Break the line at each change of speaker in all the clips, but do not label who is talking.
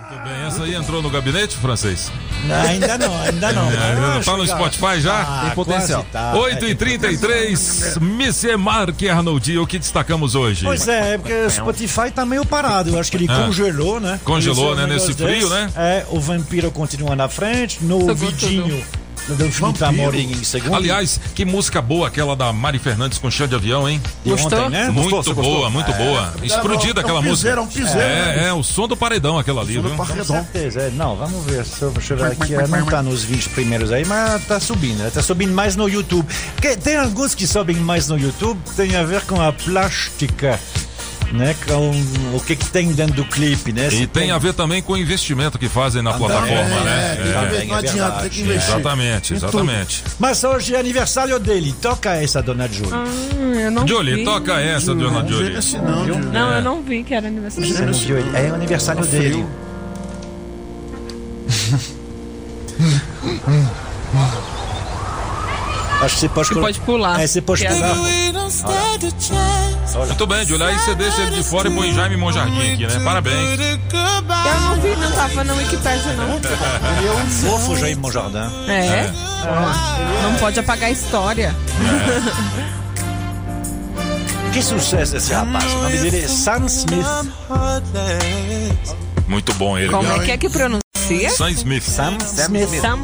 Bem, essa aí entrou no gabinete, francês?
Não, ainda não, ainda não.
É,
Mas
ainda
acho,
tá no
cara.
Spotify já?
Ah,
Tem potencial.
quase tá.
8h33, Monsieur Mark Arnoldi, o que destacamos hoje?
Pois é, é porque o Spotify tá meio parado. Eu acho que ele
Ah.
congelou, né?
Congelou,
Esse é um
né, nesse
negócio
frio, né?
É, o Vampiro continua na frente, no
Sou
Vidinho. Do Infinito Amor em em segundo.
Aliás, que música boa aquela da Mari Fernandes com chão de avião, hein?
E
gostou?
ontem, né?
Muito
Gostou, você
boa,
gostou?
muito boa. Explodida
É um
aquela
piseiro,
música.
é um piseiro,
É,
né?
é, o som do paredão aquela ali, viu?
Com certeza, é. Não, vamos ver. Se eu chegar aqui, é, não tá nos 20 primeiros aí, mas tá subindo. né? Tá subindo mais no YouTube. Porque tem alguns que sobem mais no YouTube, tem a ver com a plástica, né? Com o que, que tem dentro do clipe, né?
E
Se
tem a ver também com o investimento que fazem na plataforma, né? É,
É, é, não adianta, tem que investir.
Exatamente,
Em tudo.
exatamente.
Mas hoje é aniversário dele. Toca essa, dona Júlia.
Hum, eu não
Jolie,
vi.
toca essa, dona
Não
Jolie.
vê esse não, Júlio.
Não, eu não vi que era aniversário.
Você não viu ele? É o aniversário dele. Acho que você pode,
Você
colo-
pode pular.
É, você pode
Que é-
pular.
Muito bem, Jolie, aí você deixa ele de fora e põe Jaime Monjardim aqui, né? Parabéns.
Eu não vi, não tava na Wikipédia, não.
Ele é um fofo, Jair Monjardim.
É? Não pode apagar a história.
Que sucesso esse rapaz. O nome dele é Sam Smith.
Muito bom ele,
Como
viu?
é que é que pronuncia?
Sam Smith.
Sam Smith.
Sam.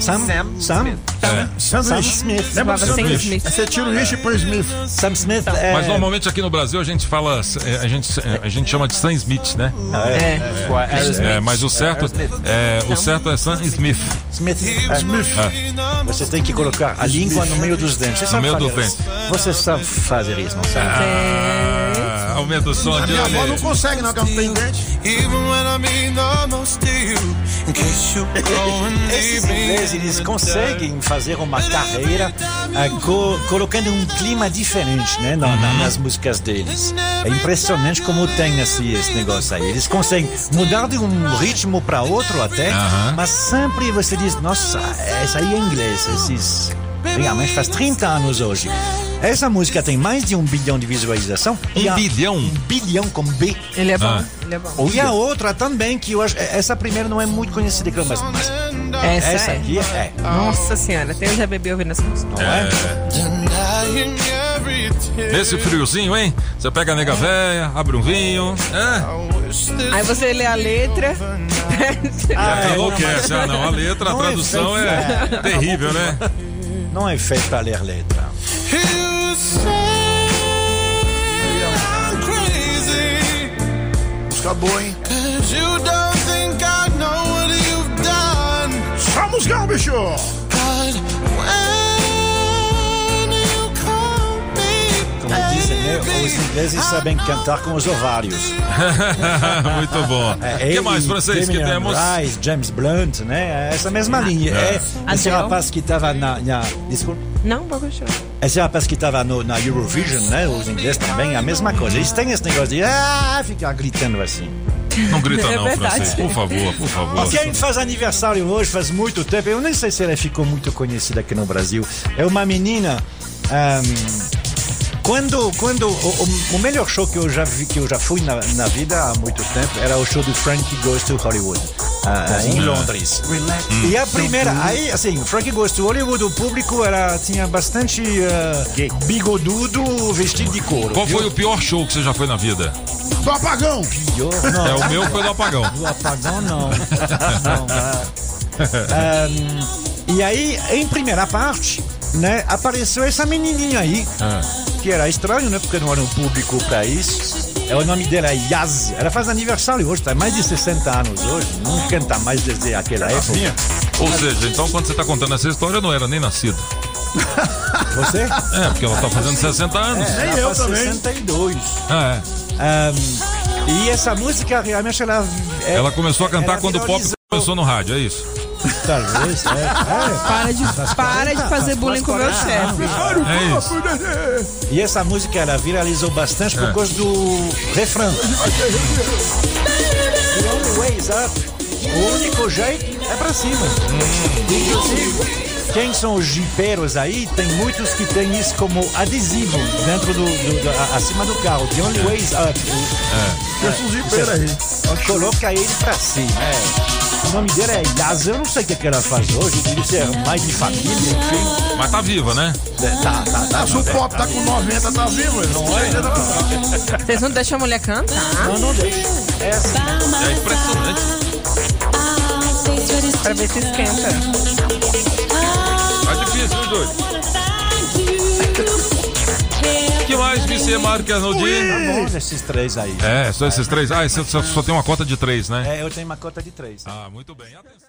Sam, Sam, Sam,
É.
Sam
Sanduíche.
Smith. Eh,
Lembra do
Sam
sanduíche?
Smith.
Você tira o lixo e põe o Smith.
Sam Smith é...
Mas normalmente aqui no Brasil a gente fala, é, a gente, é, a gente chama de Sam Smith, né?
É.
eh,
É, mas o certo é, o certo é Sam Smith.
Smith. é. Você tem que colocar a língua no meio dos dentes. Você sabe
meio
fazer
dos
isso? Você sabe fazer isso, não sabe?
É.
Ah, aumenta o som
A
de
minha avó
olho.
Tá não consegue, não, que é um ela não tem dente.
Even when I mean almost to you, in case you go and leave
Esses ingleses, eles conseguem fazer uma carreira ah, co- colocando um clima diferente né, na- na- nas músicas deles. É impressionante como tem esse, esse negócio aí. Eles conseguem mudar de um ritmo para outro até,
Aham.
mas sempre você diz, nossa, essa aí é inglesa. Esses... Realmente faz 30 anos hoje. Essa música tem mais de um bilhão de visualização. E
Um
a-
bilhão?
Um bilhão com B.
Ele é bom.
Ah.
Ele é bom.
E a outra também, que eu acho. Essa primeira não é muito conhecida, mas, mas
Essa,
essa
é.
aqui é.
Nossa senhora, até eu já bebi ouvindo essa música.
É,
denying everything.
Nesse friozinho, hein? Você pega a nega véia, abre um vinho. É,
I wish this
Aí você lê a letra.
Ah, é,
enlouquece. Ah, não. A letra, a
Não é
tradução é
feito, é.
terrível, né?
Não é feito para ler letra.
you say I'm crazy.
Música boa, hein?
Cause you don't think I know what you've done.
Só musicão, bicho!
But when you call me
Como dizem, né?
baby,
Os ingleses sabem cantar com os ovários.
Muito bom. O
É,
que mais, francês, que
Damien
temos? Ah.
Rice, James Blunt, né? É Essa mesma linha. É. Esse
Adele.
rapaz que estava na, na. Desculpa.
Não, vou continuar.
Esse rapaz que estava na Eurovision, né? Os ingleses também, a mesma coisa. Eles têm esse negócio de. Ah, ficar gritando assim.
Não grita
É
não,
verdade.
francês. Por favor, por favor.
Quem faz aniversário hoje faz muito tempo, eu nem sei se ela ficou muito conhecida aqui no Brasil. É uma menina. ahm, quando quando o, o- o melhor show que eu já vi, que eu já fui na, na vida há muito tempo era o show do Frankie Goes to Hollywood. ah, em Londres.
Hum.
E a primeira, aí assim, Frankie Goes to Hollywood, o público era, tinha bastante ah, bigodudo vestido de couro.
Qual foi o pior show que você já foi na vida?
Do apagão!
Eu-
É,
não,
o meu foi do apagão.
do apagão, não. Não. Ahn, e aí, em primeira parte, né, apareceu essa menininha aí,
Ah.
que era estranho, né, porque não era um público pra isso. É, O nome dela é Yaz. Ela faz aniversário hoje, tá mais de 60 anos hoje. Não canta mais desde aquela época.
Ou seja, então quando você tá contando essa história, eu não era nem nascido.
Você?
É, porque ela tá fazendo 60 anos.
Nem eu
Ela faz
também.
62.
Ah, é.
Ahn, Ehm, e essa música, realmente, ela... é-
Ela começou a cantar
ela
quando o pop
viralizou.
começou no rádio, é isso?
Talvez, é. é.
Para de, para de fazer
Tá
bullying com o meu chefe.
É isso.
E essa música ela viralizou bastante por causa do refrão. The only way is up. O único jeito é pra cima. Inclusive, Quem são os jipeiros aí, tem muitos que têm isso como adesivo dentro do, do- do- a- acima do carro. The always up.
Eu sou jipeiro aí.
um Coloca ele pra cima. é. O nome dele é Yas. Eu não sei o que, que ela faz hoje. Deve ser mais de família, enfim.
Mas tá viva, né?
Tá, tá, tá.
Ah, se o pop tá com 90, tá vivo. Não é?
Vocês não deixam a mulher cantar?
Não, não deixa. É assim.
É impressionante.
Pra ver se esquenta.
Tá difícil, viu, Júlio? que mais, MC Marques
Tá
Arnoldi?
bom esses três aí.
É, só esses três. Ah, você só, só tem uma cota de três, né?
É, eu tenho uma cota de três.
Ah, muito bem. Atenção.